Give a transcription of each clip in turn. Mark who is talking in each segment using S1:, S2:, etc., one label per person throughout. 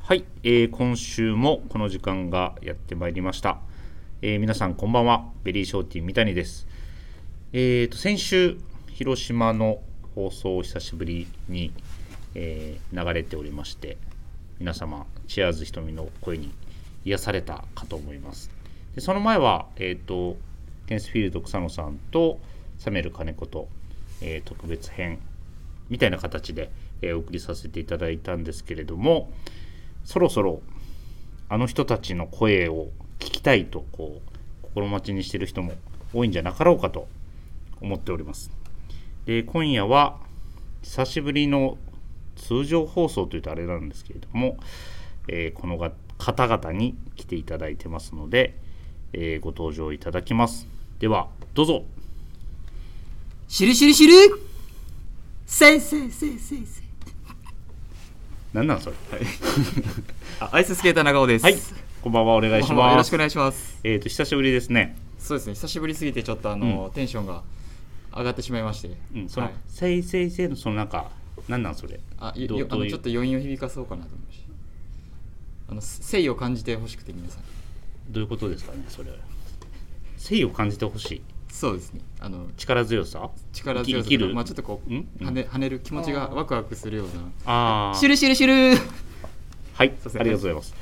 S1: はい、えー今週もこの時間がやってまいりました、えー皆さんこんばんはベリーショーティー三谷ですえーと先週広島の放送を久しぶりに、えー流れておりまして皆様チアーズ瞳の声に癒されたかと思いますでその前はえーとテンスフィールド草野さんとサメル金子と、えー特別編みたいな形で、えーお送りさせていただいたんですけれどもそろそろあの人たちの声を聞きたいとこう心待ちにしている人も多いんじゃなかろうかと思っております。で今夜は久しぶりの通常放送というとあれなんですけれども、えーこのが方々に来ていただいてますので、えーご登場いただきます。ではどうぞ
S2: しるしるしるせいせいせいせいせい
S1: 何なんそれ
S2: あアイススケーター長尾です
S1: はいこんばんはお願いし
S2: こんばんはよ
S1: ま
S2: ろしく
S1: す
S2: お。願いします
S1: えっ、と久しぶりですね。
S2: そうですね久しぶりすぎてちょっとあの、テンションが上がってしまいまして、
S1: うん、その、
S2: はい
S1: せいせいせいのそのなんか何なんそれ
S2: あよ
S1: どう
S2: よあ
S1: どう
S2: の
S1: いう
S2: ちょっと余韻を響かそうかなと思いましたあの誠意を感じてほしくて皆さん
S1: どういうことですかねそれは誠意を感じてほしい
S2: そうですねあの
S1: 力強さ
S2: 力
S1: 生き
S2: 強
S1: 生
S2: さ
S1: き
S2: と
S1: る
S2: か、まあ、ちょっとこう
S1: うん
S2: 跳ね跳ねる気持ちがワクワクするような
S1: ああ
S2: しるしるしる
S1: はい
S2: そうですね
S1: ありがとうございます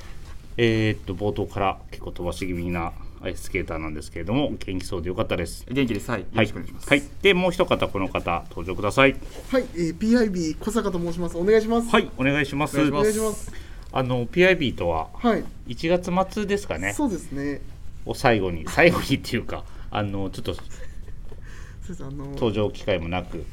S1: えーっと冒頭から結構飛ばし気味なアイススケーターなんですけれども元気そうでよかったです
S2: 元気ですはいよ
S1: は
S2: ろ
S1: い
S2: しくお願いします
S1: はい、でもう一方この方登場ください
S3: はい、えー、PIB 小坂と申します。お願いします。
S1: はいお願いします
S2: お願いし
S3: お
S2: ま
S3: 願
S2: す
S3: いします。
S1: あの PIB とは
S3: はい、
S1: 1月末ですかね
S3: そうですね。
S1: を最後に最後にっていうかあのちょっと
S3: そうですあの
S1: 登場機会もなく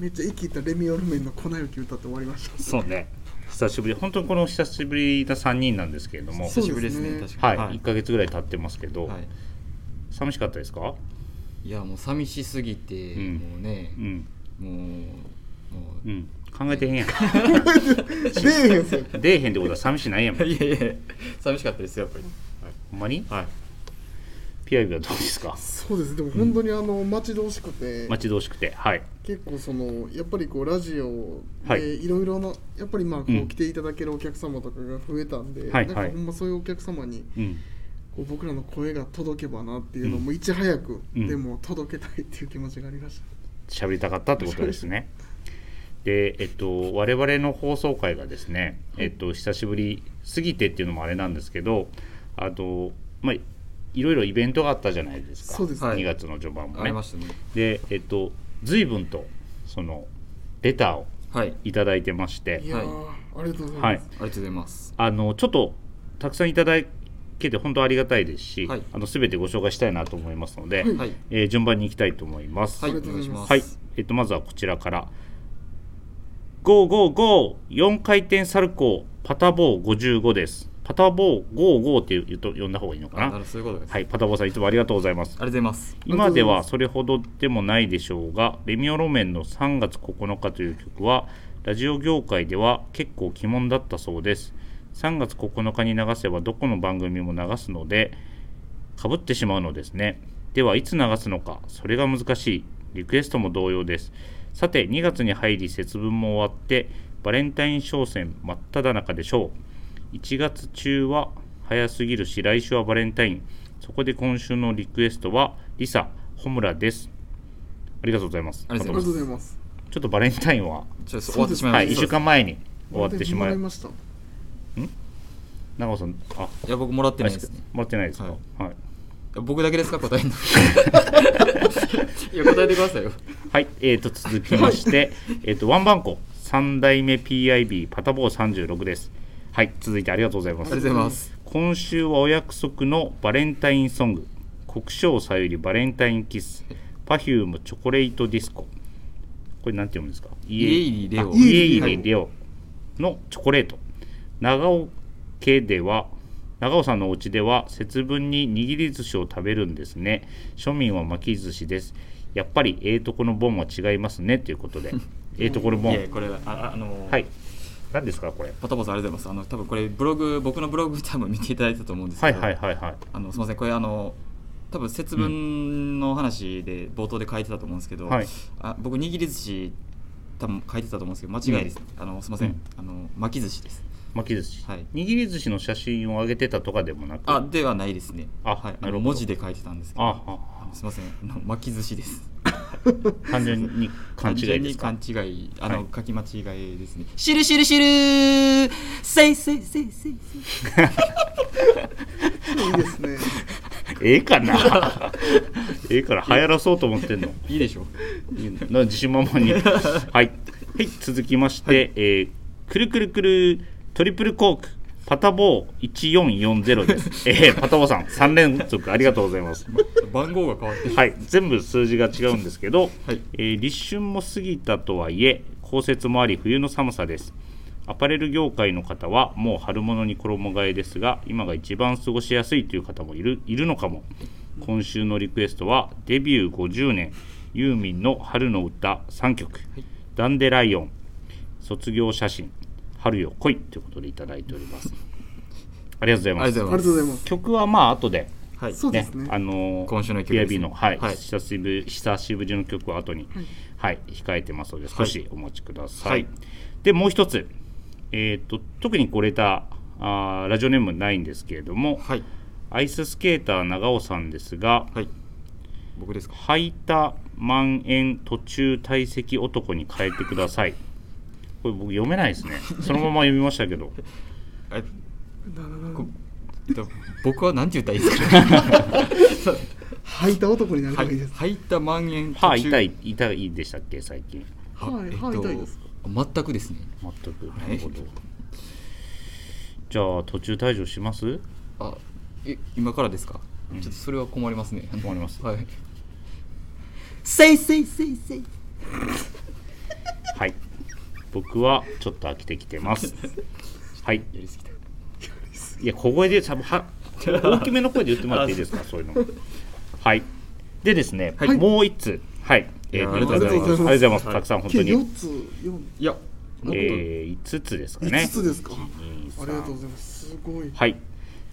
S3: めっちゃ息いったレミオルメンの粉雪歌って終わりました。
S1: そうね久しぶり本当にこの久しぶりな3人なんですけれども
S2: 久しぶりですね
S3: そうです
S2: 確か
S1: はい、
S2: に
S1: 1ヶ月ぐらい経ってますけど、
S2: はい
S1: 寂しかったですか、
S2: いやもう寂しすぎて、
S1: うん
S2: もうね、
S1: うん
S2: もうもう
S1: うん、考えてへんやん
S3: 出えへんすよ。
S1: 出えへんってことは寂しないやんほ
S2: いやいや寂しかったですよやっぱり
S1: んまに
S2: はい
S1: ピアイビはどうですか
S3: そうです。でも本当にあの待ち遠しくて、
S1: 待ち遠しくてはい
S3: 結構そのやっぱりこうラジオ
S1: は
S3: で
S1: い
S3: いろいろなやっぱりまあこ
S1: うん
S3: う来ていただけるお客様とかが増えたんで、
S1: はい
S3: なんか
S1: は
S3: ほ
S1: い
S3: んまそういうお客様に。
S1: うん
S3: こう僕らの声が届けばなっていうの
S1: うん
S3: もいち早く、
S1: うん
S3: でも届けたいっていう気持ちがありました。
S1: 喋りたかったってことですねでえっと我々の放送回がですね、えっと、久しぶりすぎてっていうのもあれなんですけどあとまあいろいろイベントがあったじゃないですか
S3: そうですね
S2: はい
S1: 2月の序盤も
S2: あ
S1: ね
S2: りましたね
S1: でえっと随分とそのレターを
S2: はいあり
S1: いただいてまして
S3: いやー、
S2: は
S3: ありがとうございます。
S1: はい
S2: がとうございます
S1: あのちょっとたくさんいただけて本当ありがたいですし、
S2: はい
S1: あの全てご紹介したいなと思いますので、
S3: はい
S2: はい
S1: えー順番に行きたいと思います。
S2: はい
S3: あり
S2: お
S3: がとう
S2: 願
S3: ご
S2: いし
S3: ざい
S2: ま
S3: ます
S1: はいえっとまずはこちらから5554回転サルコーパタボー55です。パタボー55って言うと呼んだ方がいいのか
S2: あ
S1: な。
S2: なるほどそういうことです、
S1: はい、パタボーさんいつもありがとうございます。
S2: ありがとうございます
S1: 今ではそれほどでもないでしょうが「レミオロメンの3月9日」という曲はラジオ業界では結構鬼門だったそうです3月9日に流せばどこの番組も流すのでかぶってしまうのですねではいつ流すのかそれが難しいリクエストも同様ですさて2月に入り節分も終わってバレンタイン商戦真っ只中でしょう1月中は早すぎるし来週はバレンタインそこで今週のリクエストはリサホムラですありがとうございます
S2: ありが
S3: あ
S2: と
S3: り
S2: う
S3: が
S2: ご
S3: と
S2: ざ
S3: うござ
S2: い
S3: い
S2: ま
S3: ます。
S1: ちょっとバレンタインは、
S2: すちょっと終わってしまいま
S1: は
S2: し
S1: い、1
S2: た
S1: 週間前に終わってしまい
S3: ありがとうございました。
S1: 長尾さんあ
S2: いや僕もらってないですね
S1: もらってないですか、
S2: はい
S1: はい
S2: いや僕だけですか答えん のいや答えてくださいよ
S1: はい、えー、と続きまして、 えー、とワンバンコ3代目 PIB パタボー36です。はい、続いてありがとうございま
S2: ありがとうご
S1: す。
S2: ざいます
S1: 今週はお約束のバレンタインソング、国章さゆりバレンタインキス、パフュームチョコレートディスコ、これなんて読むんですかイ
S2: エイリレオ
S1: あイエイリレオのチョコレート。長尾家では長尾さんのお家では節分に握り寿司を食べるんですね庶民は巻き寿司ですやっぱりええとこのボンは違いますねということ でええとこのボ
S2: いや
S1: ン
S2: これあああの
S1: はい何ですかこれ
S2: パタボさんありがとうございますあの多分これブログ僕のブログ多分見ていただいたと思うんです
S1: は
S2: け
S1: い
S2: ど
S1: はいはいはい
S2: あのすみませんこれあの多分節分の話で冒頭で書いてたと思うんですけど、
S1: はい
S2: あ僕握り寿司多分書いてたと思うんですけど間違いです、あのすみません、
S1: うん
S2: あの巻き寿司です
S1: 巻き寿司、
S2: はい
S1: 握り寿司の写真を上げてたとかでもなく
S2: あではないですね
S1: あ
S2: は
S1: な
S2: い、あ
S1: るほど
S2: の文字で書いてたんですけど
S1: ああ
S2: あのすいませんあの巻き寿司です
S1: 単純に勘違いですか
S2: 単純に勘違いあ
S1: はい
S2: の、書き間違いですねしるしるしるせいせいせいせい
S3: いいです ね。
S1: ええかなええから流行らそうと思ってん の
S2: いいでしょう
S1: な自信満々にはい、はい、続きまして、えーくるくるくるトリプルコークパタボー1440です、えーパタボーさん3連続ありがとうございます
S2: 番号が変わってる
S1: はい全部数字が違うんですけど、
S2: はい
S1: えー立春も過ぎたとはいえ降雪もあり冬の寒さですアパレル業界の方はもう春物に衣替えですが今が一番過ごしやすいという方もいるいるのかも今週のリクエストはデビュー50年ユーミンの「春の歌」3曲「
S2: い
S1: ダンデライオン」卒業写真「春よ来い」ということでいただいておりますありがとうござい
S2: あ
S1: ま
S2: り
S1: す
S2: がとうご
S3: あり
S2: ざい
S3: が
S2: ます
S3: とうございます。
S1: 曲はまあ後で
S2: はい
S3: そうですね
S1: あのー
S2: 今週の曲ですね
S1: PIB の、はい
S2: はい
S1: 久しぶり久しぶりの曲は後に、はい控えてますので少しお待ちください、
S2: はい
S1: でもう一つ、えー、と特にこれたあーラジオネームないんですけれども、
S2: はい
S1: アイススケーター長尾さんですが
S2: はい僕ですか
S1: 履いた万円途中退席男に変えてくださいこれ僕読めないですねそのまま読みましたけ ど
S2: え
S3: ななな
S2: こえっと僕は何て言ったらいいですか
S3: 吐いた男になりた
S2: はい
S3: いです。
S2: 入った万円
S1: 歯痛い痛いでしたっけ最近
S2: あ
S3: はい
S2: えっ
S3: はい
S2: と
S3: 痛いです
S2: 全くですね
S1: 全く
S2: い
S1: なるほどじゃあ途中退場します
S2: あえ今からですか、
S1: うん
S2: ちょっとそれは困りますね
S1: 困ります
S2: はいせいせいせいせい
S1: はい僕はちょっと飽きてきてますはい
S2: やりすぎた
S1: いや小声でさは大きめの声で言ってもらっていいですかそういうのはいでですね、
S2: はい
S1: もう一つはい
S2: いや
S1: ー
S2: ありがとうございます
S1: ありがとうございます
S2: はい
S1: たくさん本当
S3: 計
S1: に、
S3: 四つ四
S2: いやもっと、
S1: えー、5つですかね
S3: 五つですか。
S1: 二三
S3: ありがとうございます。すごい。
S1: はい。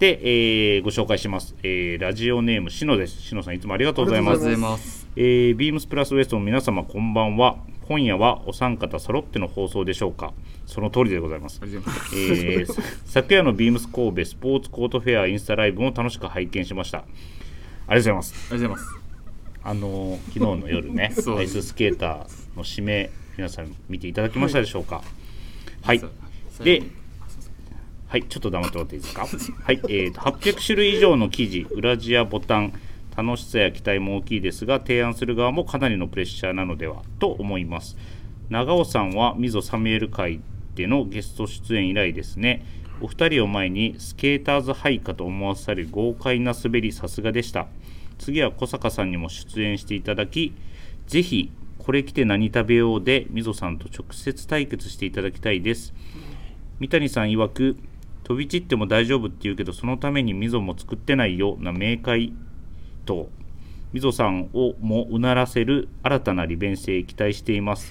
S1: で、えーご紹介します、えーラジオネームしのです。しのさんいつもありがとうござい
S2: あり
S1: ま
S2: が
S1: す
S2: とうご。ざいます
S1: えー、ビームスプラスウエストの皆様こんばんは。今夜はお三方揃っての放送でしょうか。その通りでございます
S2: あ。りがとうございます
S1: えー 昨夜のビームス神戸スポーツコートフェアインスタライブも楽しく拝見しました。ありがとうございます。
S2: ありがとうございます
S1: あのー昨日の夜ね
S2: そう
S1: アイ
S2: です
S1: ススケーターの指名皆さん見ていただきましたでしょうか。はい
S2: さ最後
S1: で
S2: にあすいません
S1: はい、ちょっと黙ってもらっていい ですか。はい、えーと、800種類以上の記事、裏地やボタン、楽しさや期待も大きいですが、提案する側もかなりのプレッシャーなのではと思います。長尾さんは、みぞサミュエル会でのゲスト出演以来ですね。お二人を前にスケーターズハイかと思わされる豪快な滑りさすがでした次は小坂さんにも出演していただきぜひこれ来て何食べようでみぞさんと直接対決していただきたいです三谷さん曰く飛び散っても大丈夫って言うけどそのために溝も作ってないような明快と溝さんをもうならせる新たな利便性期待しています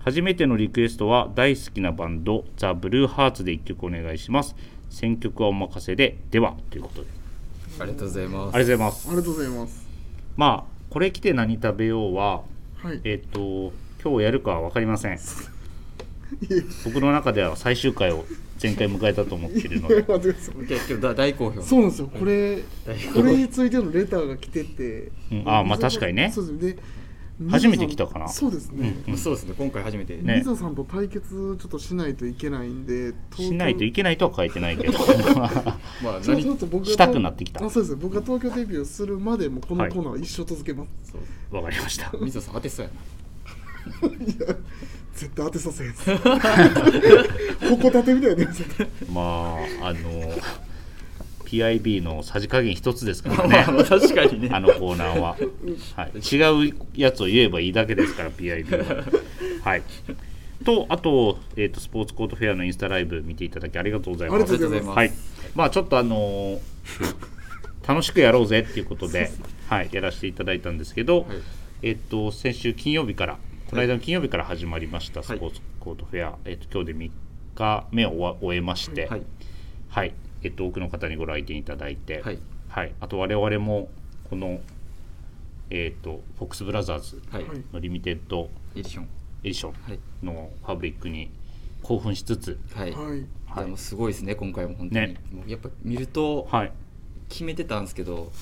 S1: 初めてのリクエストは大好きなバンドザ・ブルーハーツで1曲お願いします選曲はお任せでではということで
S2: ありがとうございます
S1: ありがとうございます
S3: ありがとうございます。
S1: まあこれ来て何食べようは
S3: はい。
S1: えっ、と今日やるかは分かりません
S3: いえ
S1: 僕の中では最終回を前回迎えたと思っているの
S3: 待
S1: で
S3: ってください
S2: 今日今日だ大好評
S3: そうなんですよ。これ
S2: 大丈夫
S3: これについてのレターが来てて
S1: うん。あーまあ確かにね
S3: そうですね。で
S1: 初めて来たかな
S3: そうですね。
S1: うん
S2: そうですね今回初めて、
S1: ね
S3: みぞさんと対決ちょっとしないといけないんで、東京
S1: しないといけないとは書いてないけど
S2: まあ
S3: そう
S2: 何
S3: ちょっと僕が
S1: したくなってきた
S3: あそうです僕が東京デビューするまでもこ
S1: は
S3: の
S1: い
S3: コーナーは一生続けます、
S2: そう
S1: わかりました
S2: みぞさん当てそうやな
S3: 絶対当てさせへんここ立てみたいなやつ
S1: まああの PIB のさじ加減一つです から
S2: まあま
S1: ね
S2: あ 確かにね
S1: あのコーナーは、はい、違うやつを言えばいいだけですから PIB は。はい、とあと,、えー、とスポーツコートフェアのインスタライブ見ていただきありがとうござい
S3: あり
S1: ま
S3: が
S1: す
S3: とうござい
S2: ま
S3: ます
S1: はい、まあちょっとあのー楽しくやろうぜっていうことで、はい、やらせていただいたんですけど、
S2: はい
S1: えっと先週金曜日からこの間の金曜日から始まりました
S2: はい
S1: スポーツコートフェア、えっと今日で3日目を終わ終えまして、
S2: はい
S1: はいえっと、多くの方にご来店いただいて、
S2: はい
S1: はいあと我々もこの、えっとフォックスブラザーズ
S2: はい
S3: はい
S1: のリミテッド
S2: エディション
S1: エディショ
S2: はい
S1: ンのファブリックに興奮しつつ、
S2: はい、
S3: はい。
S1: はい
S2: でもすごいですね今回も本当に、
S1: ね
S2: もうやっぱ見ると
S1: はい
S2: 決めてたんですけど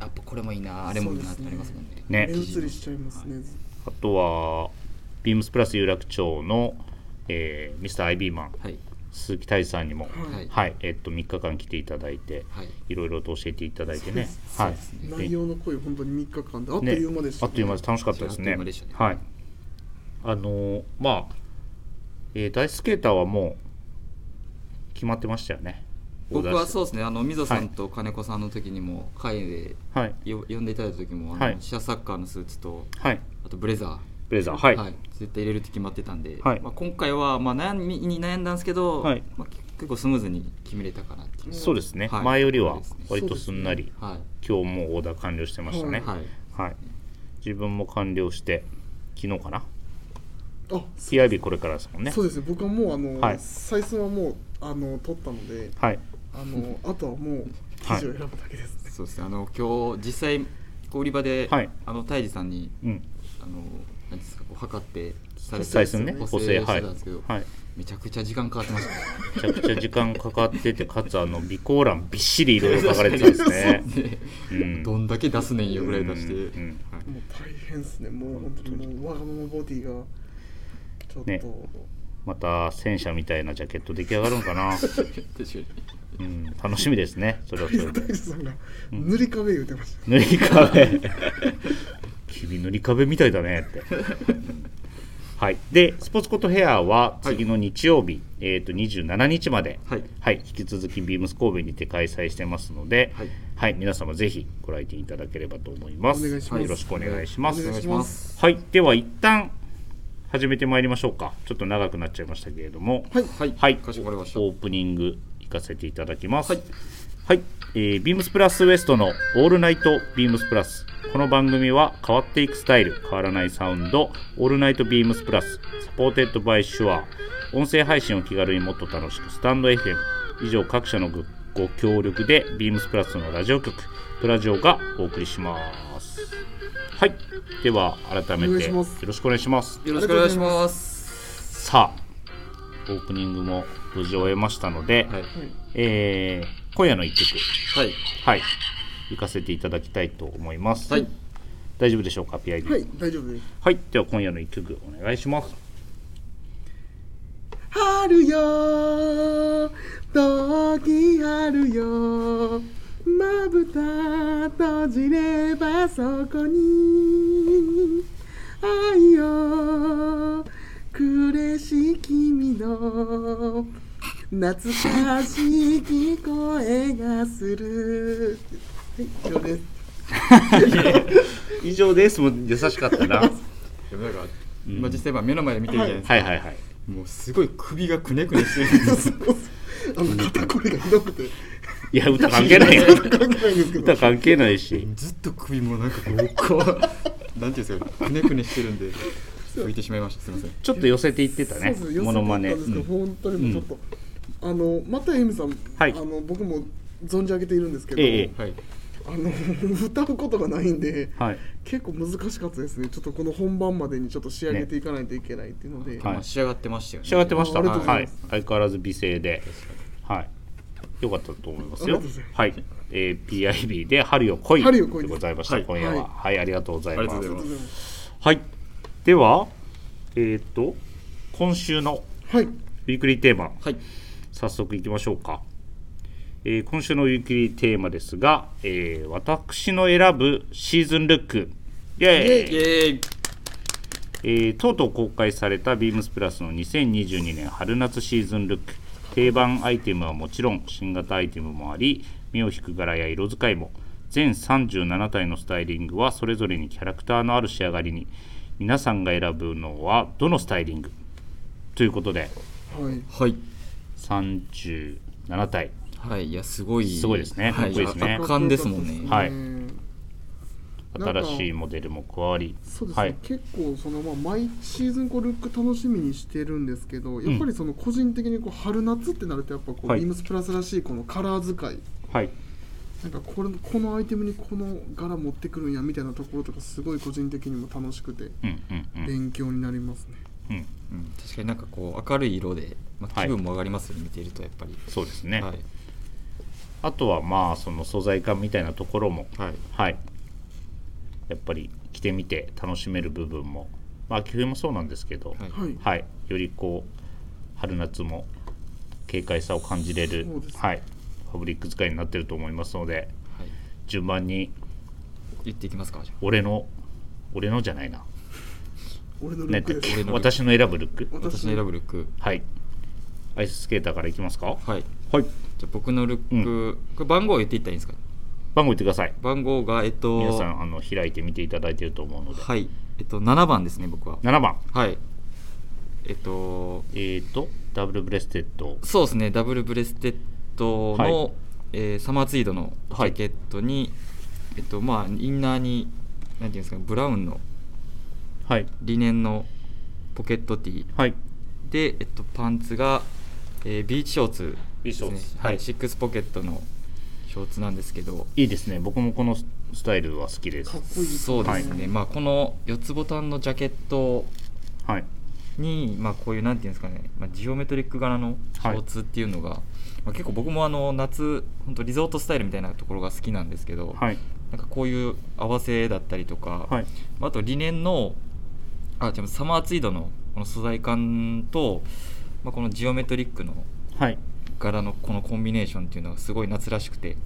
S2: やっぱこれもいいなあれもいいなってなりますもんね
S1: ね
S3: 目移りしちゃいますね。
S1: あとはビームスプラス有楽町の、えー、ミスターアイビーマン
S2: はい
S1: 鈴木大地さんにも、
S3: はい
S2: はい
S1: はいえっと3日間来ていただいて、
S2: はい
S1: いろいろと教えていただいてね。
S2: そう
S1: はい
S2: ですね。
S1: ね
S3: 内容の濃い本当に3日間であっと
S1: ね
S3: いう間でした、
S1: あっという間です。楽しかったです
S2: あっとい
S1: ね。
S2: う間でしたね
S1: はい。あのーまあ、えー、ダイスケーターはもう決まってましたよね。
S2: 僕は
S1: う。
S2: そうですねあの溝さんと金子さんの時にも会で
S1: はい
S2: よ呼んでいただいた時もあの、
S1: はい
S2: シアサッカーのスーツと
S1: はい。
S2: あとブレザ
S1: ブレザー
S2: ー、
S1: はい、
S2: 絶対入れるって決まってたんで、
S1: はい
S2: まあ、今回はまあ悩みに悩んだんですけど、
S1: はい
S2: まあ、結構スムーズに決めれたかなっていう、
S1: そうですね。
S2: はい
S1: 前よりは
S2: そうですね
S1: 割とすんなり、
S2: は
S1: 今日もうオーダー完了してました
S2: い、
S1: ね。
S2: はい、
S1: はい。自分も完了して昨日かな。
S3: あ
S1: PIB これからですもんね
S3: そ。うですね僕はもうあの、
S1: はい
S3: 採寸はもうあの取ったので
S1: はい。
S3: あのあとはもう生地を選ぶだけです、
S2: そうですねあの今日実際こう売り場で、
S1: はい
S2: あの泰治さんに
S1: うん。
S2: あの何ですかこう測ってされて
S1: 採寸ね。補
S2: 補
S1: 正
S2: 正し
S1: は
S2: て
S1: い
S2: たんですけど、。
S1: はい。
S2: めちゃくちゃ時間かかってましたね
S1: めちゃくちゃ時間かかってて、かつあの備考欄びっしりいろいろ書かれてたんです ね。うん
S2: どんだけ出すねんよぐらい出して、
S1: うんうん
S2: はい
S3: もう大変ですねもう本当にもうわがままボディがちょっと、
S1: ねまた戦車みたいなジャケット出来上がるんかな、
S2: 確かに
S1: うん、楽しみですねそれはそれ
S3: 大
S1: で
S3: 地さんが塗り壁言うてました、
S1: 塗り 壁君塗り壁みたいだねって、うんはいでスポーツコットヘアは次の日曜日、えっ、と27日まで
S2: はい
S1: 引き続きビームス神戸にて開催してますのでは
S2: はいい、
S1: 皆様ぜひご来店いただければと思います
S3: お願いします
S1: よろしくお願いします
S3: お願いし
S2: お願
S3: ま
S2: いしますす
S1: はいでは一旦始めてまいりましょうかちょっと長くなっちゃいましたけれども
S3: はい
S2: はい
S1: はい、
S2: かしこまりました
S1: オープニング行かせていただきます。は
S2: はいい、
S1: えービームスプラスウエストのオールナイトビームスプラス。この番組は変わっていくスタイル、変わらないサウンド、オールナイトビームスプラス、サポーテッドバイシュア、音声配信を気軽にもっと楽しく、スタンド FM、以上各社のごご協力で、ビームスプラスのラジオ局、プラジオがお送りします。はい、では改め
S3: お願い
S1: て
S3: し
S1: よ
S3: ます
S1: ろしくお願いします。
S2: よろしくお願いします
S1: さあ、オープニングも無事終えましたので、
S2: はい
S1: えー今夜の一曲、
S2: はい
S1: はい、行かせていただきたいと思います。
S2: はい、
S1: 大丈夫でしょうか、PID。
S3: はい、大丈夫です
S1: はいでは今夜の一曲お願いします。
S3: 春よ時あるよまぶた閉じればそこに愛をくれしい君の懐かしい声がするはい、以上です
S1: 以上です。もう優しかった な。はい
S2: でもなんか、今実際今目の前で見てるじゃないですか、
S1: はいはい。
S2: もうすごい首がくねくねしてるんですよ
S3: あの肩こりがひどく て
S1: いや、歌関係ない よ。
S3: 関係ないんですけど
S1: 歌関係ないし。
S2: ずっと首もなんかこうこう なんていうんですかくねくねしてるんで浮いてしまいましたすみません
S1: ちょっと寄せていってたね
S3: そうです。寄せていった
S1: モノマネ。
S3: んですけど
S1: うん
S3: 本当にもうちょっと、あのまたえみさん、
S1: はい
S3: あの僕も存じ上げているんですけど、
S1: ええ
S2: はい
S3: あの歌うことがないんで、
S1: はい。
S3: 結構難しかったですね。ちょっとこの本番までにちょっと仕上げていかないといけないっていうの
S1: はい
S3: で、
S2: まあ仕上がってましたよね
S1: 仕上がってました。
S3: ありがとうご
S1: は
S3: ざい
S1: い
S3: ます。
S1: 相変わらず美声で。はい。よかったと思います
S3: あ
S1: よ
S3: りがとうござい。ま
S1: はい。えー、PIB で春よ来い。
S3: 春よ来い
S1: でございました。
S2: はい
S1: 今夜は。
S3: はい
S1: はい、ありがとうござい
S2: あり
S1: ま
S2: がとう
S1: す
S2: ござ
S3: あ
S2: い
S3: り
S2: ます
S3: がとうございます
S1: はい。では、えーっと、今週の
S3: はい、
S1: ウィークリーテーマ、
S2: はい
S1: 早速いきましょうか。えー今週のウィークリーテーマですが、えー私の選ぶシーズンルック。イェーイ
S2: イエーイ
S1: えーとうとう公開されたビームスプラスの2022年春夏シーズンルック定番アイテムはもちろん新型アイテムもあり目を引く柄や色使いも全37体のスタイリングはそれぞれにキャラクターのある仕上がりに皆さんが選ぶのはどのスタイリングということで
S3: はい、
S2: はい
S1: 37体
S2: はい、いや、すごい。
S1: すごいですね
S2: は
S1: かっこいいですね
S2: 圧巻ですもんね。
S1: はい
S3: うん
S1: 新しいモデルも加わり
S3: そうですね、
S1: はい
S3: 結構その、まあ、毎シーズンこうルック楽しみにしてるんですけどやっぱりその個人的にこう春夏ってなるとやっぱこう、
S1: はい
S3: ビームスプラスらしいこのカラー使い
S1: はい
S3: なんかこれこのアイテムにこの柄持ってくるんやみたいなところとかすごい個人的にも楽しくて
S1: うんうんうん
S3: 勉強になりますね。
S1: うん、
S2: うん、確かになんかこう明るい色で、まあ、
S1: はい
S2: 気分も上がりますよね、見ているとやっぱり
S1: そうですね、
S2: はい
S1: あとはまあその素材感みたいなところも
S2: はい
S1: はいやっぱり着てみて楽しめる部分もまあ秋冬もそうなんですけど、
S2: はい
S3: はい
S1: はい、よりこう春夏も軽快さを感じれる
S3: そうです、ね
S1: はい、ファブリック使いになってると思いますので
S2: はい
S1: 順番に
S2: 言っていきますかじゃ
S1: 俺の俺のじゃないな
S3: 俺のル
S1: 何や
S3: ッ
S1: ったっ
S3: ク
S1: け
S3: です
S2: 俺の
S1: 私の選ぶルック
S2: あ私の選ぶルック
S1: はいアイススケーターからいきますか
S2: はい
S1: はい
S2: じゃあ僕のルック、これ番号言っていったらいいんですか
S1: 番号言ってください
S2: 番号がえっと
S1: 皆さんあの開いて見ていただいてると思うので
S2: はいえっと7番ですね僕は
S1: 7番
S2: はいえっと
S1: えー、とダブルブレステッド
S2: そうですねダブルブレステッドの、
S1: はい
S2: えーサマーツイードのジ
S1: はい
S2: ャケットに、えっとまあインナーになんていうんですかブラウンの
S1: はい
S2: リネンのポケットティー
S1: はい
S2: で、えっと、パンツが、えービーチショーツ
S1: ビーチショーツ
S2: ですね
S1: は
S2: はいい、シックスポケットのショーツなんですけど
S1: いいですね僕もこのススタイルは好きです
S3: かっこいい
S2: そうですね、
S1: は
S2: まあこの4つボタンのジャケット
S1: はい
S2: に、まあ、こういうなんていうんですかね、まあ、ジオメトリック柄のショーツっていうのが、まあ、結構僕もあの夏本当リゾートスタイルみたいなところが好きなんですけど、
S1: はい
S2: なんかこういう合わせだったりとか、
S1: はい
S2: あとリネンのあ違うサマーツイードのこの素材感と、まあ、このジオメトリックの
S1: はい
S2: 柄のこのコンビネーションっていうのがすごい夏らしくて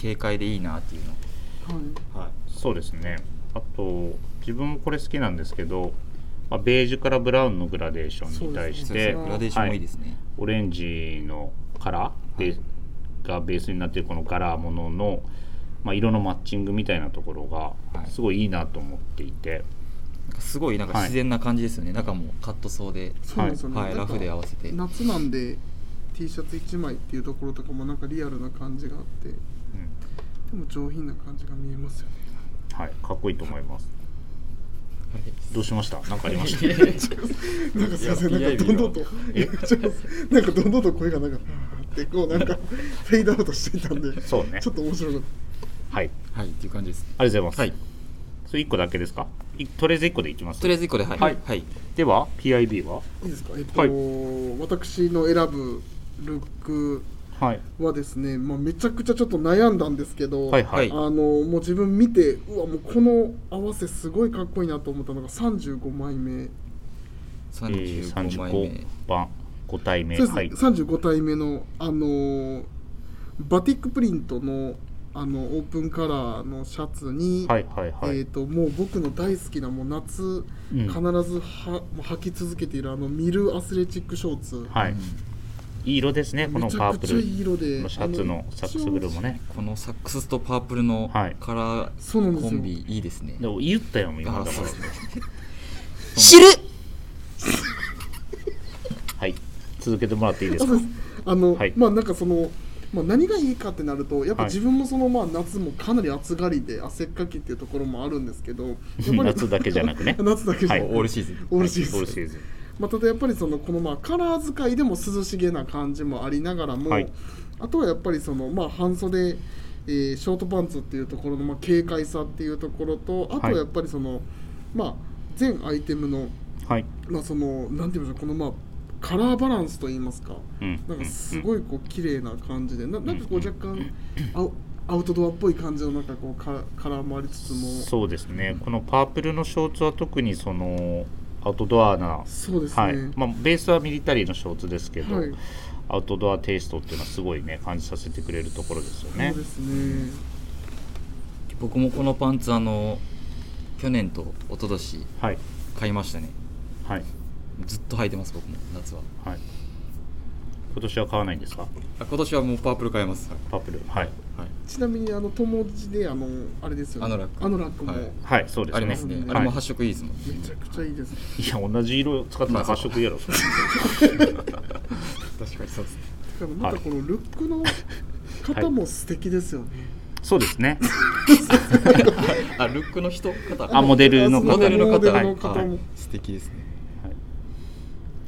S2: 軽快でいいなっていうの
S3: はい
S2: はい
S1: そうですねあと自分もこれ好きなんですけど、まあ、ベージュからブラウンのグラデーションに対し
S2: そう
S1: て、
S2: です
S3: ね
S2: ねグラデーションもいいですね、
S1: オレンジのカラーで、
S2: はい
S1: がベースになっているこの柄ものの、まあ、色のマッチングみたいなところ
S2: は
S1: が
S2: い
S1: すごいいいなと思っていて、
S2: なんかすごいなんか自然な感じですよね、中もカットソーで
S3: そうなんですよね、
S2: はい、
S3: な
S2: ラ
S3: んか
S2: フで合わせて
S3: 夏なんで T シャツ1枚っていうところとかもなんかリアルな感じがあってでも上品な感じが見えますよ ね
S1: うんはい、かっこいいと思いますどうしましたなんかありました
S3: なんかすいません
S2: い
S3: な
S2: や
S3: んかどんどんといやちょっとなんかどんどんと声がなんかあーってこうな んかフェイドアウトしていたんで
S1: そうね
S3: ちょっと面白かっ
S1: はい
S2: はいっていう感じです
S1: ありがとうござ
S2: はいい
S1: ます、それ1個だけですかいとりあえず1個でいきます
S2: とりあえず1個ではい
S1: はい
S2: はい、
S1: では PIB は
S3: たいいですかえっと、
S1: はい
S3: 私の選ぶルック
S1: はい
S3: はですね、まあ、めちゃくちゃちょっと悩んだんですけど、
S1: はいはい
S3: あのもう自分見てうわもうこの合わせすごいかっこいいなと思ったのが35枚目
S1: えー
S2: 35枚目、
S1: 35番5体目
S3: そうです、
S1: はい
S3: 35体目の、あのーバティックプリントのあのオープンカラーのシャツに、
S1: はいはいはい、
S3: えー、ともう僕の大好きなもう夏、
S1: うん
S3: 必ずはもう履き続けているあのミルアスレチックショーツ、
S1: はい、いい色ですねこの
S3: めち
S1: パ
S3: ゃ
S1: ー
S3: く
S1: プ
S3: ちゃいい
S1: ル
S3: 色で
S1: のシャツのサックスブルーもね
S2: このサックスとパープルの
S1: はい
S2: カラー
S3: そうなんですよ
S2: コンビいいですね、
S1: でも言ったよ今
S2: あ
S1: だか
S2: そう
S1: ら
S2: ですね
S4: 知る
S1: はい続けてもらっていいです
S3: あ
S1: か
S3: そうですあの、
S1: はい
S3: まあなんかその、まあ、何がいいかってなるとやっぱ
S1: はい
S3: 自分もその、まあ、夏もかなり暑がりで汗っかきっていうところもあるんですけどやっぱり
S1: 夏だけじゃなくね
S3: 夏だけじゃなく
S1: はい
S2: オールシーズン
S3: オールシーズン
S1: オールシーズン
S3: まあ、ただやっぱりそのこのまあカラー使いでも涼しげな感じもありながらも、
S1: はい
S3: あとはやっぱりそのまあ半袖、えーショートパンツっていうところのまあ軽快さっていうところとあとはやっぱりその、まあ全アイテムの
S1: はい
S3: まあそのなんていうんでしょうこのまあカラーバランスといいますか、
S1: うん
S3: なんかすごいこう綺麗な感じでななんかこう若干アウアウトドアっぽい感じのなんかこうカラカラーもありつつも
S1: そうですねこのパープルのショーツは特にそのアウトドアな
S3: そうですね、
S1: はいまあ、ベースはミリタリーのショーツですけど、
S3: はい
S1: アウトドアテイストっていうのはすごいね感じさせてくれるところですよね
S3: そうですね
S2: 僕もこのパンツあの去年と一昨年
S1: はい
S2: 買いましたね
S1: はい
S2: ずっと履いてます僕も夏は
S1: はい今年は買わないんですか
S2: あ今年はもうパープル買いますはい
S1: パープルはい
S2: はい
S3: ちなみにあの友達であのあれですよね
S2: アノラック
S3: アノラックも、
S2: はい
S1: はいそうですね
S2: ありますね、
S3: はい
S2: あれも発色いいですもん、
S3: めちゃくちゃいいですね
S1: いや同じ色使ったら 発色いいやろそれ
S2: 確かにそうですね
S3: だからまたこのルックの方も素敵ですよね、
S1: そうですね
S2: あルックの人方
S1: あモデルの方
S2: モデルの
S3: モ
S2: 方
S3: デル
S2: はい
S3: の方も、
S2: はい素敵ですね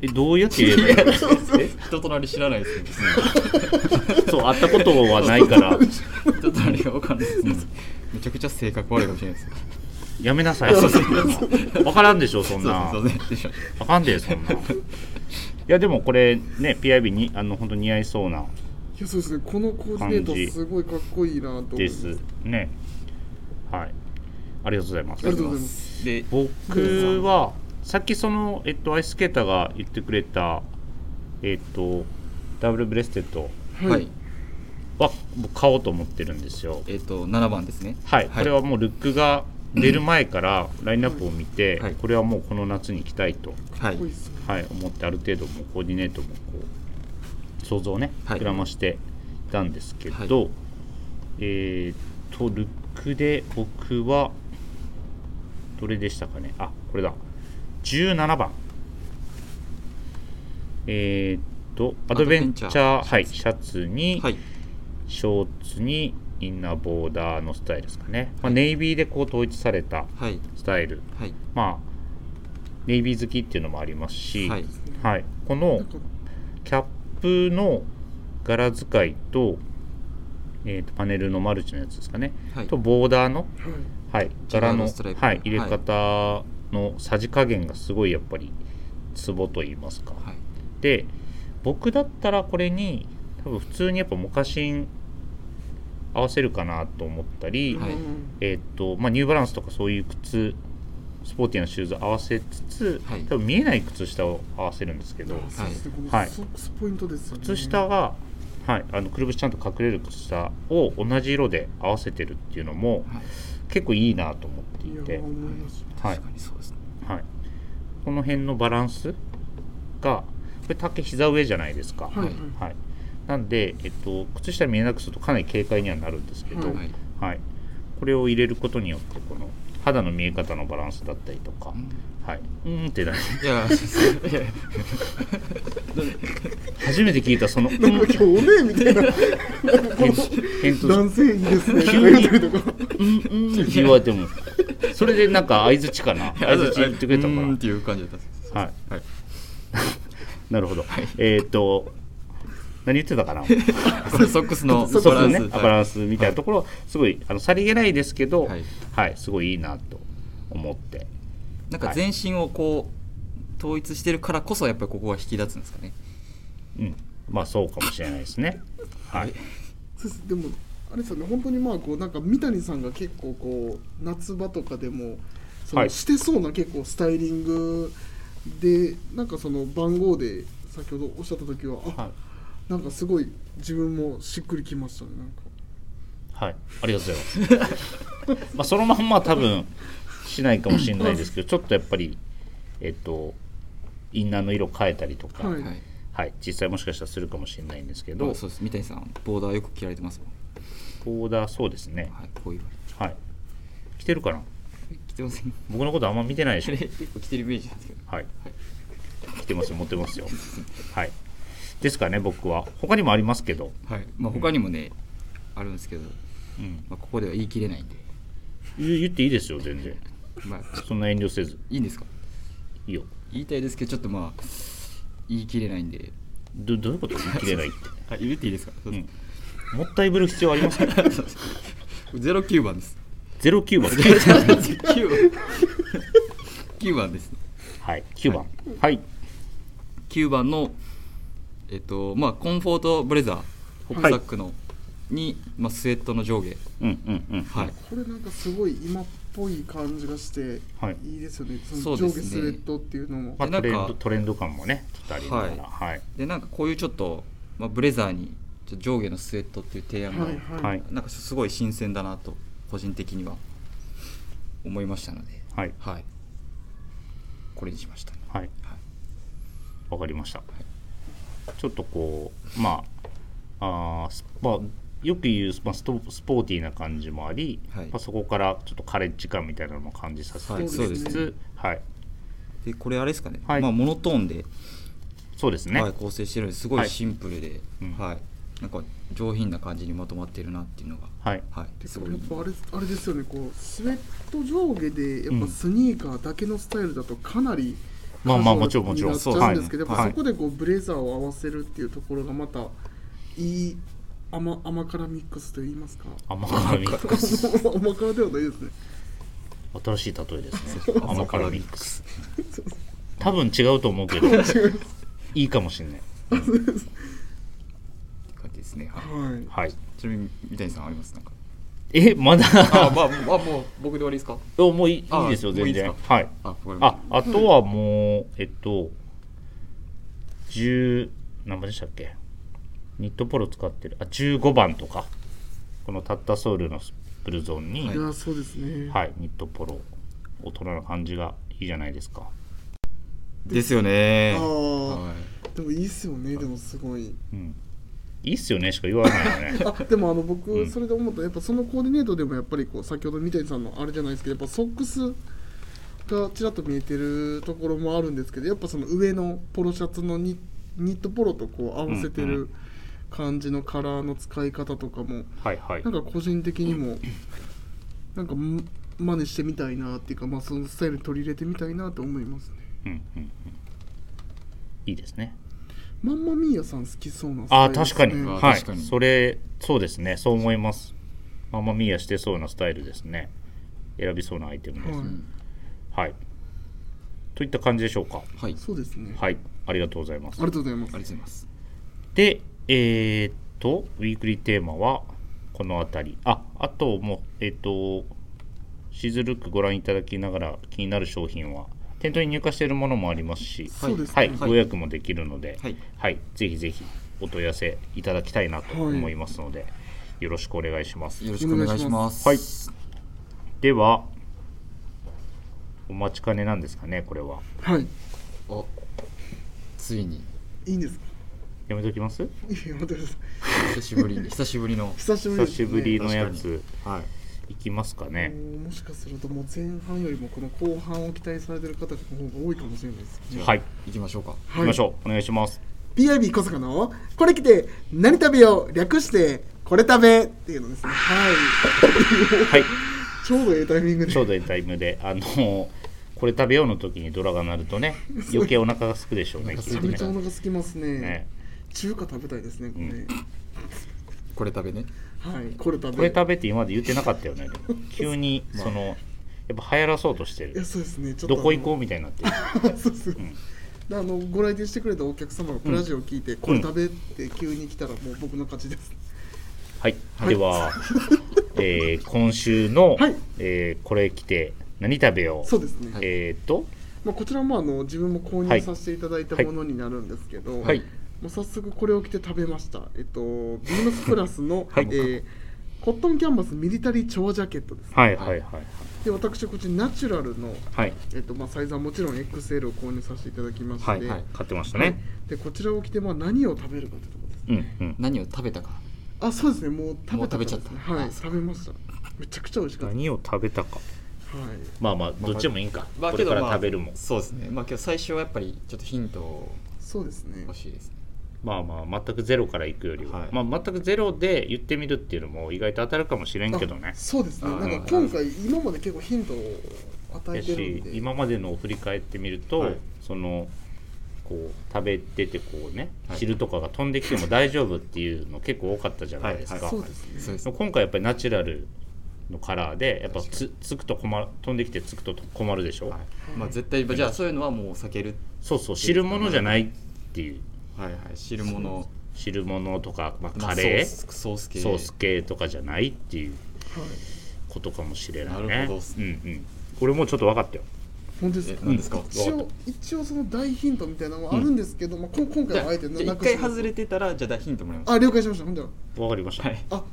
S1: えどうやって言えばいい
S2: え人となり知らないですね
S1: のそう会ったことはないから
S2: 人となりが分かんないですねめちゃくちゃ性格悪いかもしれないです
S1: やめなさいそんなわからんでしょそんな
S2: そうですそうです
S1: あかんでそんないやでもこれね PIB にあの本当似合いそうない
S3: やそうですねこのコーディネートすごいかっこいいなと思って
S1: ですねはいありがとうございます
S3: ありがとうございます
S2: で
S1: 僕はさっきその、えっと、アイスケーターが言ってくれた、えっと、ダブルブレステッド
S2: は
S3: はいい
S1: は僕買おうと思ってるんですよ
S2: えっ、と7番ですね
S1: はい、これは
S2: は
S1: もうルックが出る前からラインナップを見て、
S2: はい
S1: これはもうこの夏に着たいと、
S2: い
S3: かっこいいっすね
S1: はい、思ってある程度もうコーディネートもこう想像をね
S2: はい
S1: 膨らましていたんですけど、
S2: は
S1: えーっとルックで僕はどれでしたかねあこれだ17番えーっとアドベンチャーはい、シャツに、
S2: はい
S1: ショーツにインナーボーダーのスタイルですかね、まあ、ネイビーでこう統一された
S2: はい
S1: スタイル
S2: はい
S1: まあネイビー好きっていうのもありますし、
S2: はい
S1: はい、この
S3: なんか
S1: キャップの柄使いと,、えーとパネルのマルチのやつですかね、
S2: はい
S1: とボーダーの、
S3: は
S1: は
S3: い
S1: い、
S2: ジェラ
S1: 柄
S2: ー
S1: の
S2: ドストライプ
S1: はい、入れ方のさじ加減がすごいやっぱりツボと言いますか、
S2: はい
S1: で僕だったらこれに多分普通にやっぱモカシン合わせるかなと思ったり、
S2: はい
S1: えーっとまあ、ニューバランスとかそういう靴スポーティーなシューズ合わせつつ、
S2: はい
S1: 多分見えない靴下を合わせるんですけど、
S3: そうですねこの
S1: はい
S3: ソックスポイントですよね
S1: 靴下が、はい、あのくるぶしちゃんと隠れる靴下を同じ色で合わせてるっていうのも
S2: はい
S1: 結構いいなと思ってい
S3: い
S1: て
S3: や、思います
S1: はい
S2: 確かにそうですね
S1: はい、この辺のバランスがこれ丈膝上じゃないですか、
S3: はいはい
S1: はい、なんで、えっと、靴下見えなくするとかなり軽快にはなるんですけど、
S3: は
S2: はい
S1: はい、これを入れることによってこの肌の見え方のバランスだったりとか、はい、うーんってな
S2: いやいやいや
S1: 初めて聞いたその「うん」
S3: なんか今日おねえみたいな
S1: 返答
S3: 男性いいですね
S1: 急に
S3: とか言ってるとか
S1: うんうんって言われてもそれでなんか相づちかな相づち言ってくれたか
S2: う
S1: ら
S2: ーんっていう感じだった
S1: はい
S2: はい
S1: なるほど、えーっと何言ってたか な
S2: これソックスの
S1: そ
S2: バ
S1: こ
S2: ラ
S1: の
S2: ン
S1: ね
S2: ス
S1: バランスみたいなところすごいあのさりげないですけどは
S2: はいい、
S1: すごいいいなと思って
S2: なんか全身をこう統一してるからこそやっぱりここが引き立つんですかね
S1: うんまあそうかもしれないですねはい
S3: そうですでもあれですよね本当にまあこうなんか三谷さんが結構こう夏場とかでもそ
S1: は
S3: の
S1: い
S3: してそうな結構スタイリングでなんかその番号で先ほどおっしゃった時はあ、
S1: はい、
S3: なんかすごい自分もしっくりきましたねなんか
S1: はい、ありがとうございますま あそのまんまは多分しないかもしれないですけどちょっとやっぱりえっとインナーの色変えたりとか、
S3: はい
S2: はい
S1: はい、実際もしかしたらするかもしれないんですけど、
S2: あそうです三谷さんボーダーよく着られてますもん
S1: ボーダーそうですね、
S2: はいこういう
S1: はい、着てるかな
S2: 着てま せん
S1: 僕のことあんま見てないでし
S2: こ
S1: ょ
S2: れ、結構着てるイメージなんですけど
S1: はい、着てますよ持ってますよはいですからね僕は他にもありますけど、
S2: はいまあ他にもねあるんですけど
S1: うん、
S2: まあここでは言い切れないんで
S1: 言言っていいですよ全然
S2: まあ
S1: そんな遠慮せず
S2: いいんですか
S1: いいよ
S2: 言いたいですけどちょっとまあ言い切れないんで
S1: どどういうこと言い切れないって、
S2: あ言っていいですか、そう
S1: う
S2: で
S1: ん、もったいぶる必要ありますか
S2: す09番 です
S1: 09番
S2: 9番9番です
S1: はい9番はい
S2: 9番のえっとまあコンフォートブレザーホップサックの、に、まあ、スウェットの上下
S1: うんうんうん
S2: はい
S3: これなんかすごい今っぽい感じがして
S1: はい
S3: いいですよね、
S2: そう
S3: その
S2: で
S3: 上
S2: す
S3: 下
S2: ね
S3: スウェットっていうのも、
S1: まあ、
S2: でな
S1: ト
S2: んか
S1: レンドトレンド感もねちょっとありながらはい
S2: でなんかこういうちょっと、まあ、ブレザーにちょっと上下のスウェットっていう提案が、
S3: はいはい、
S1: はい
S2: なんかすごい新鮮だなと個人的には思いましたので
S1: はい
S2: はいこれにしましたね
S1: はい
S2: はい
S1: わかりました、ちょっとこうまああースまあよく言う、まあ、ストスポーティーな感じもあり、
S2: はい
S1: まあ、そこからちょっとカレッジ感みたいなのも感じさせ
S2: はい
S1: て
S2: そう
S1: つ
S2: ですね
S1: つはい
S2: でこれあれですかね、
S1: はい
S2: まあ、モノトーンで、
S1: そうですね、
S2: はい、構成してるのですご
S1: はい
S2: いシンプルで、
S1: う
S2: はい
S1: ん
S2: なんか上品な感じにまとまってるなっていうのが、
S1: はい
S2: はい、
S3: ですす
S2: ご
S3: か
S2: い
S3: やっぱあれあれですよねこうスウェット上下でやっぱスニーカーだけのスタイルだとかなり
S1: まあまあも
S3: カジ
S1: ち
S3: ュ
S1: ろん
S3: アル
S1: もちろん
S3: になっちゃうんですけど
S1: はい
S3: やっぱ
S1: はい
S3: そこでこうブレザーを合わせるっていうところがまたいい甘甘辛ミックスと言いますか
S1: 甘辛ミックス
S3: 甘辛ではないですね
S1: 新しい例えですね甘辛ミックス多分違うと思うけどいいかもしれない
S2: て感じですね、はい
S3: はい
S1: はい
S2: ちなみに三谷さんありますなんか
S1: えまだ
S2: あ、まあ、まあ、もう僕で終わりですか
S1: おもういいい
S2: あ
S1: いですよ
S2: もう
S1: 全
S2: いいです
S1: 然
S2: か
S1: はい
S2: あ、わかりまし
S1: ああとはもうえっと10何番でしたっけニットポロ使ってるあ15番とかこのタッタソウルのスプルゾーンに、
S3: いやそうですね
S1: はい、ニットポロ大人な感じがいいじゃないですか
S2: たですよね
S3: あー
S2: はい
S3: でもいいっすよねでもすごい
S1: うんいいっすよねしか言わない よね
S3: あでもあの
S1: う
S3: 僕
S1: ん
S3: それで思ったやっぱそのコーディネートでもやっぱりこう先ほど三谷さんのあれじゃないですけどやっぱソックスがちらっと見えてるところもあるんですけどやっぱその上のポロシャツのニニットポロとこう合わせて
S1: うんう
S3: る感じのカラーの使い方とかも
S1: はいはい
S3: なんか個人的にもなんかん真似してみたいなっていうかまあそのスタイルに取り入れてみたいなと思いますね
S1: うんうんうんいいですね
S3: マンマミーヤさん好きそうなスタ
S1: あー
S3: イルです
S1: 確かに、
S3: ね
S2: あ
S1: はい
S2: 確かに
S1: それそうですねそう思いますマンマミーヤしてそうなスタイルですね選びそうなアイテムです、
S3: は
S1: はい。といった感じでしょうか。
S2: はいありがと
S3: そうですねあ
S1: はい。ありがとうございます
S3: り。がとうございます
S2: うございます
S1: で、えーっと、ウィークリーテーマはこの辺り。あ、あともう、えーっと、シズルックご覧いただきながら気になる商品は、店頭に入荷しているものもありますし、
S3: そうですね
S1: はい、
S2: はい
S1: ご予約もできるので、は
S2: はいい、
S1: ぜひぜひお問い合わせいただきたいなと思いますので、よろしくお願いします。
S2: よろしくお願いします
S1: はいでは、お待ちかねなんですかね、これは。
S3: はい
S2: おついに
S3: いいんですか
S1: やめときます
S3: いや待ってください
S2: 久しぶりに久しぶりの
S3: 久しぶ
S1: 久
S3: りです、
S1: し
S3: ね、
S1: ぶりのや
S2: 確か
S1: つ、はい、いきますかね。
S3: もうもしかするともう前半よりもこの後半を期待されてる方の方が多いかもしれないですね
S1: はい、
S2: 行きましょうか
S1: 行きましょう。お願いします。
S3: PIB 小坂の「これ来て何食べよう」略して「これ食べ」っていうのですねはい
S1: はい、
S3: ちょうどええタイミングで
S1: ちょうどいいタイムで、あの、これ食べようの時にドラが鳴るとね、余計お腹が空くでしょうね。
S2: お腹
S1: きっ
S2: 空い
S1: と
S2: て
S3: め
S2: き
S3: ちゃ
S1: ね
S3: お腹空きますね
S1: ね
S3: 中華食べたいですねこれ、
S1: うん
S2: これ食べね
S3: はいこれ食べ
S1: これ食べって今まで言ってなかったよね。でも急に、その、やっぱ流行らそうとして
S3: いや
S1: る。
S3: そうですねちょっと
S1: どこ行こうみたいになってる。
S3: う そうです、であのご来店してくれたお客様がラジオを聞いて、これ食べって急に来たらもう僕の勝ちです、
S1: はい、では、えー今週の
S3: はい、
S1: えーこれ来て、何食べよ
S3: そう
S1: う。
S3: ですね、
S1: えーっと、
S3: まあ、こちらもあの自分も購
S1: は
S3: 入
S1: い
S3: させていただいたものになるんですけど、
S1: はい
S3: もう早速これを着て食べました、えっと、ビームスプラスの、
S1: はい
S3: えーコットンキャンバスミリタリー長ジャケットです
S1: はいはいはい
S3: で私こっちナチュラルの、
S1: はい。
S3: えっとまあ、サイズはもちろん XL を購入させていただきまして、
S1: はい、はい、買ってました
S3: はい
S1: ね。
S3: でこちらを着て、まあ、何を食べるかってとこです
S1: うん、うん。
S2: 何を食べたか
S3: あそうですねもう食べ
S2: もう食
S3: たからですね
S2: べちゃった
S3: はい
S2: あ
S3: 食べましためちゃくちゃ美味しかった、はい、
S1: 何を食べたかまあまあどっちでもいいんか、これから食べるもん
S2: そうですねまあ今日最初はやっぱりちょっとヒントを
S3: そうですね
S2: 欲しいですね
S1: まあまあ全くゼロからいくよりは、
S2: はい
S1: まあ全くゼロで言ってみるっていうのも意外と当たるかもしれんけどね
S3: あそうですね
S2: あ
S3: なんか今回今まで結構ヒントを与え
S1: や
S3: てる
S1: し
S3: んで
S1: 今までのを振り返ってみると、
S2: はい
S1: そのこう食べててこうね
S2: はい
S1: 汁とかが飛んできても大丈夫っていうの結構多かったじゃないですか、
S2: はいはい
S3: そうですね
S2: そうです
S1: 今回やっぱりナチュラルのカラーでやっぱつつくと困る飛んできてつくと困るでしょ、
S2: はいまあ絶対じゃあそういうのはもう避ける
S1: そうそう汁物じゃないっていう
S2: はいはい汁物
S1: 汁物とか、まあ、
S2: まあ
S1: カレー、
S2: ソースソース系
S1: ソース系とかじゃないっていう
S3: はい
S1: ことかもしれないね。
S2: なるほどっす
S1: うんうん。俺もちょっと分かったよ。
S3: 本当です
S2: え
S3: か
S2: 何ですか、
S1: ん
S3: 一応一応その大ヒントみたいなのはあるんですけど、まあ、こ今
S2: じ
S3: 回
S2: ゃ
S3: は
S2: あ
S3: あえて
S2: じゃあ
S3: な
S2: 一
S3: くし
S2: 回
S3: ます
S2: 外れてたらじゃあヒントもらいます
S3: あ了解しましたほんでは
S1: 分かりました。
S2: はい
S3: あ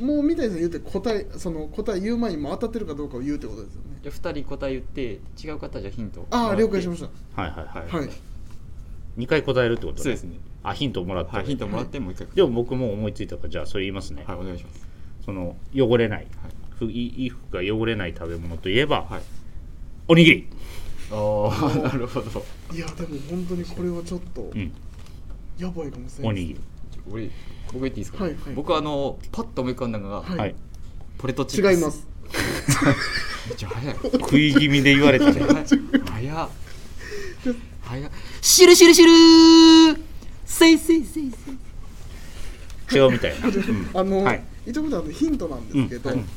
S3: もう三谷さん言うて答えその答え言う前にもう当たってるかどうかを言うってことですよね
S2: じゃあ二人答え言って違う方はじゃあヒント
S3: ああ了解しましたた
S1: はいはいはい。
S3: はい
S1: 2回答えるってことね
S2: そうですね
S1: あ、ヒントもらった、
S2: はいヒントもらってもう一回
S1: でも僕もう思いついたから、じゃあそれ言いますね。
S2: はいお願いします
S1: その、汚れない、
S2: はい
S1: ふいい。いい服が汚れない食べ物といえば、
S2: はい
S1: おにぎり。
S2: ああ なるほど
S3: いやでも本当にこれはちょっと
S1: うん、
S3: やばいかもしれな
S1: お
S3: い
S1: にぎ
S3: で
S1: り。
S2: 俺僕言っていいですか、
S3: はいはい
S2: 僕あのパッと思い浮かんだのが、
S3: はい
S1: はい。
S2: ポテトチ
S3: す
S2: ップ
S3: 違
S2: ス
S3: います
S2: めっちゃ 早い
S1: 食い気味で言われた ね。
S2: 早っ早っ
S4: しるしるしるせいせいせいせい
S1: 違うみたいな。うん
S3: あの、
S1: はい
S3: 一応まだあのヒントなんですけど、
S1: うんうん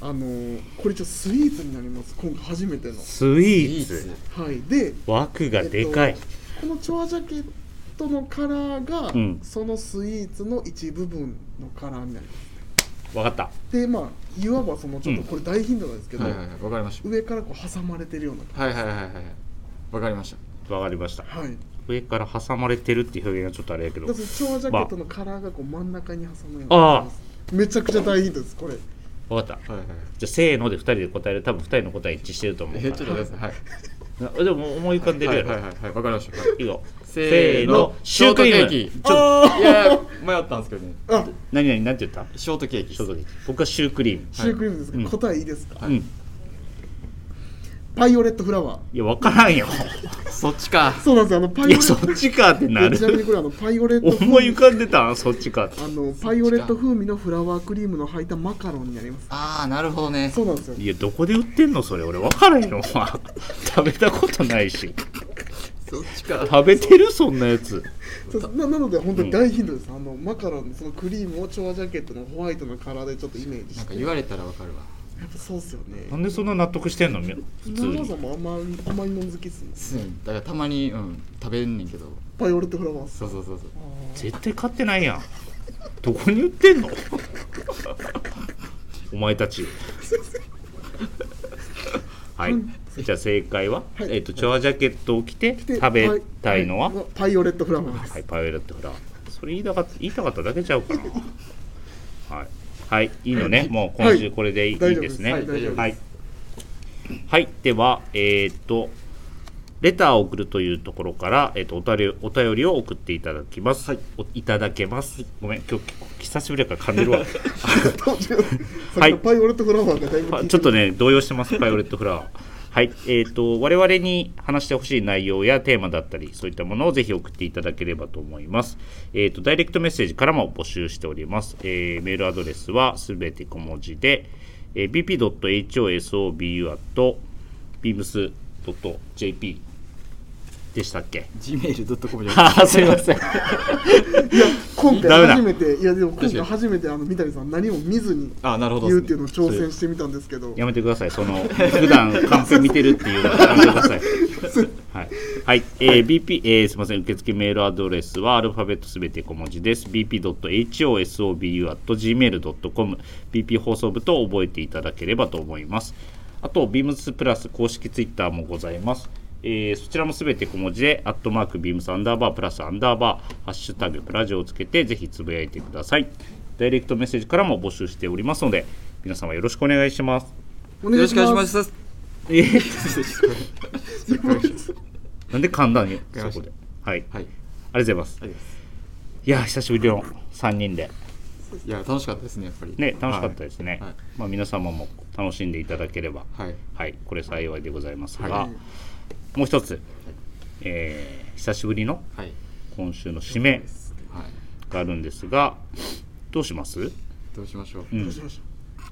S3: あのーこれちょっとスイーツになります今回初めての
S1: スイーツ
S2: スイーツ
S3: はいで
S1: 枠がでかい、
S3: えっとこのチョアジャケットのカラーが、
S1: うん
S3: そのスイーツの一部分のカラーになります
S1: わかった
S3: でまあいわばそのちょっと
S1: うん
S3: これ大ヒントなんですけど、
S2: はいはいはいわかりまし
S3: 上からこう挟まれてるような
S2: たはいはいはいはいわかりました
S1: わかりました
S3: はい
S1: 上から挟まれてるっていう表現はちょっとあれやけど
S3: だってチョアジャケットのカラーがこう真ん中に挟まれて
S1: ああ
S3: めちゃくちゃ大ヒントですこれ
S1: わかった
S2: はいはい
S1: じゃあせーので2人で答える多分2人の答え一致してると思う
S2: え
S1: か
S2: ちょ
S1: ら
S2: っと待ってくださいはい
S1: なでも思い浮かんでるやろ、
S2: はい
S1: い
S2: はいはいはいわかりましたはい
S1: い、よ
S2: せーの
S1: シュークリーム
S2: ショートケーキちょっといや迷ったんですけどね
S3: あ
S1: 何何何て言った
S2: ショートケーキ
S1: ショートケーキ僕はシュークリーム、
S3: シュークリームですけど、
S1: うん
S3: 答えいいですか
S2: はい
S1: うん
S3: パイオレットフラワー
S1: いや分からんよ
S2: そっちか
S3: そうなんですよあのパイオ
S1: い
S3: レ
S1: や
S3: ッ
S1: そ
S3: ト
S1: っちかってな
S3: ちなみに
S1: る
S3: これあのパイオレット風
S1: 思い浮かんでたんそっちかって
S3: あのパイオレット風味のフラワークリームの入ったマカロンになります
S2: ああなるほどね
S3: そうなんですよ
S1: いやどこで売ってんのそれ俺分からんよ 食べたことないし
S2: そっちか
S1: 食べてるそんなやつ
S3: そうななので本当に大ヒントです、あのマカロンのそのクリームをチョアジャケットのホワイトのカラーでちょっとイメージ
S2: なん
S3: し
S2: か
S3: て
S2: 言
S3: や
S2: われたらわかるわ
S3: っぱそうっすよね
S1: なんでそんな納得してんのみ普通
S3: 長
S1: に
S3: さんもあんまりあんまり飲ん好きっすもん
S2: うんだからたまにうん食べんねんけど
S3: パイオレットフラワーっす
S2: そうそうそうそう
S1: 絶対買ってないやんどこに売ってんのお前たちはいじゃあ正解は、
S3: はい
S1: えっ、とチョアジャケットを着て
S3: で
S1: 食べたいのは、
S3: パイパイオレットフラワーです、
S1: はい、パイオレットフラワーそれ言いたかった言いたかっただけちゃうかなはい、はい、いいのねもう今週これでいい,、
S3: 大丈夫
S1: ですね
S3: はい大丈夫です、
S1: はい、はい、では、えーっと、レターを送るというところから、えーっとおたりお便りを送っていただきます。おいただけます。ごめん、今日結構久しぶりだから噛んでるわ。
S3: はパイオレットフラワーがだいぶ効いてる
S1: ちょっとね、動揺してます、パイオレットフラワー。はい、えーっと、我々に話してほしい内容やテーマだったり、そういったものをぜひ送っていただければと思います。えーっと、ダイレクトメッセージからも募集しております。えーメールアドレスはすべて小文字で、えー bp.hosobu.beams.jp でしたっけ
S2: gmail.com じゃな い
S1: あーすいません。
S3: いや今
S1: ダメ
S3: 回
S1: だ
S3: 初めていやでも今
S2: 確かに
S3: 回初めてあの三谷さん何も見ずに
S2: あーなるほど
S3: 言うっていう
S2: ね
S3: のを挑戦してみたんですけど
S1: やめてください、その、普段カンペ見てるっていうのやめてください。はい、はいえー BP、えーすみません、受付メールアドレスはアルファベットすべて小文字です。bp.hosobu.gmail.com、bp 放送部と覚えていただければと思います。あと、beams プラス公式ツイッターもございます。えーそちらもすべて小文字で、アットマーク、ビームスアンダーバー、プラスアンダーバー、ハッシュタグ、プラジオをつけて、ぜひつぶやいてください。ダイレクトメッセージからも募集しておりますので、皆様よろしくお願いします。
S2: よ
S3: お願
S2: ろ
S3: い
S2: し
S3: し
S2: くお願
S3: ま
S2: い
S3: す
S2: します
S1: えー
S2: は
S1: なんで簡単に
S2: り
S1: そ
S2: ました
S1: こで。はい、ありが
S2: い
S1: とうございます。いやー、久しぶりの3人で。
S2: いや楽しかったですねやっぱり
S1: ね、楽しかったですね。
S2: はい
S1: まあ、皆様も楽しんでいただければ、
S2: はい
S1: はい、これ幸いでございますが、
S2: は
S1: もう一つ、えー久しぶりの
S2: はい
S1: 今週の締め
S2: はい
S1: があるんですが、どうします
S2: どうしましょう
S1: う
S3: ど
S1: ん
S3: うしましょ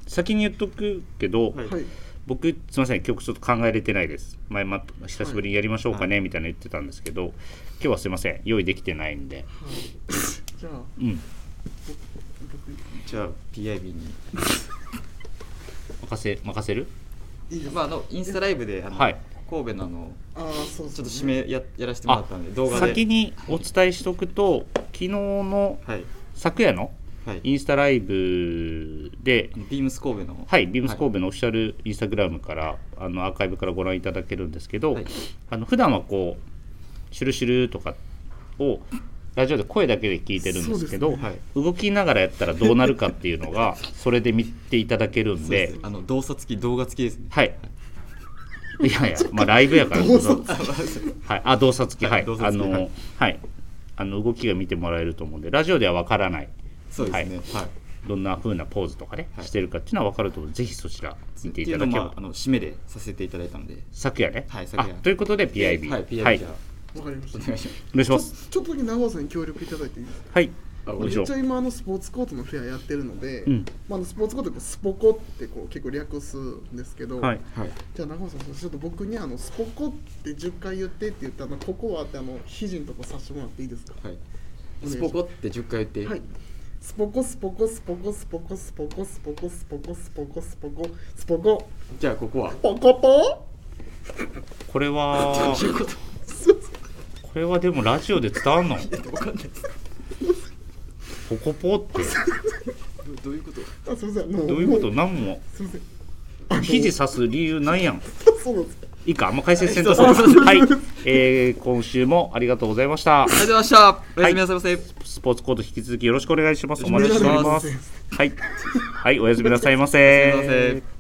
S1: 先に言っとくけど、
S2: はいう
S3: はい
S1: 僕すみません曲ちょっと考えれてないです前、ま、久しぶりにやりましょうかね、みたいなの言ってたんですけど今日はすいません用意できてないんで、
S3: じゃあ
S1: うん、
S2: じゃあ PIB に
S1: 任せ任せる
S3: いいですか
S2: まああのインスタライブであの
S1: はい
S2: 神戸のあの
S3: ああそう
S2: ちょっと
S3: です
S2: 締
S3: ね
S2: めややらせてもらったんで動画で
S1: 先にお伝えしておくと昨日の
S2: はい
S1: 昨夜の
S2: はい
S1: インスタライブで
S2: あのビームス神戸の
S1: はい、ビームス神戸のオフィシャルインスタグラムから、あのアーカイブからご覧いただけるんですけど、
S2: はい
S1: あの普段はこう「シュルシュル」とかをラジオで声だけで聞いてるんですけど
S2: そうですねはい
S1: 動きながらやったらどうなるかっていうの がそれで見ていただけるん
S2: そうで
S1: です
S2: ねあの動作付き動画付きで すね
S1: はいいやいや、まあ、ライブやから
S3: 動作
S1: はい、あ動作付き、はい、
S2: 動
S1: あ
S2: 作付きは
S1: の
S2: い、
S1: はい、あの動きが見てもらえると思うんで、ラジオではわからない。
S2: そうですねはい
S1: どんな風なポーズとかね、
S2: はい
S1: してるかっていうのはわかると思うので、ぜひそちら見
S2: ってて
S1: いた
S2: いう
S1: だ
S2: のを
S1: けれ
S2: ま
S1: ば
S2: ああ。の締めでさせていただいたので
S1: 昨夜ね、
S2: はい昨夜
S1: あということで PIB
S2: はい PIB
S1: はい
S2: じゃ
S3: わかりました
S2: お願いし
S1: お願いし
S3: ちょ
S1: ます
S3: ちょっとだけ長尾さんに協力いただいていいですか
S1: はい
S2: あ
S1: も
S2: も
S1: ち
S2: ち
S1: ろ
S3: め
S1: ん
S3: っちゃ今あのスポーツコートのフェアやってるので、
S1: うん
S3: まあ、あのスポーツコートってスポコってこう結構略すんですけど、
S1: はい
S2: はい
S3: じゃあ長尾さんちょっと僕にあのスポコって10回言ってって言ったのここはってあの肘のとこさせてもらっていいですか
S2: はい
S3: お願いします
S2: スポコって10回言って
S3: はい。スポコスポコスポコスポコスポコスポコスポコスポコスポコスポコ
S2: じゃあここは
S3: ポコポ
S1: これ は
S2: どういうこと
S1: これはでもラジオで伝わんの
S2: わかんないです
S1: ポコポって
S2: どどういうこと
S3: あすいませんも
S1: どういうことなんも
S3: すいません
S1: 肘刺す理由なんやん
S3: そうなんです
S1: いいかあんま解説せんとはい、えー、今週もありがとうございました
S2: ありがとうございましたおやすみなさいませ、
S1: スポーツコード引き続きよろしくお願いしますお
S2: よろ
S1: 待
S2: し
S1: ちし
S2: く
S1: て
S2: お
S1: お
S2: 願い
S1: り
S2: しま
S1: ますすはい、はい、おやすみなさいませ
S2: おやすみなさい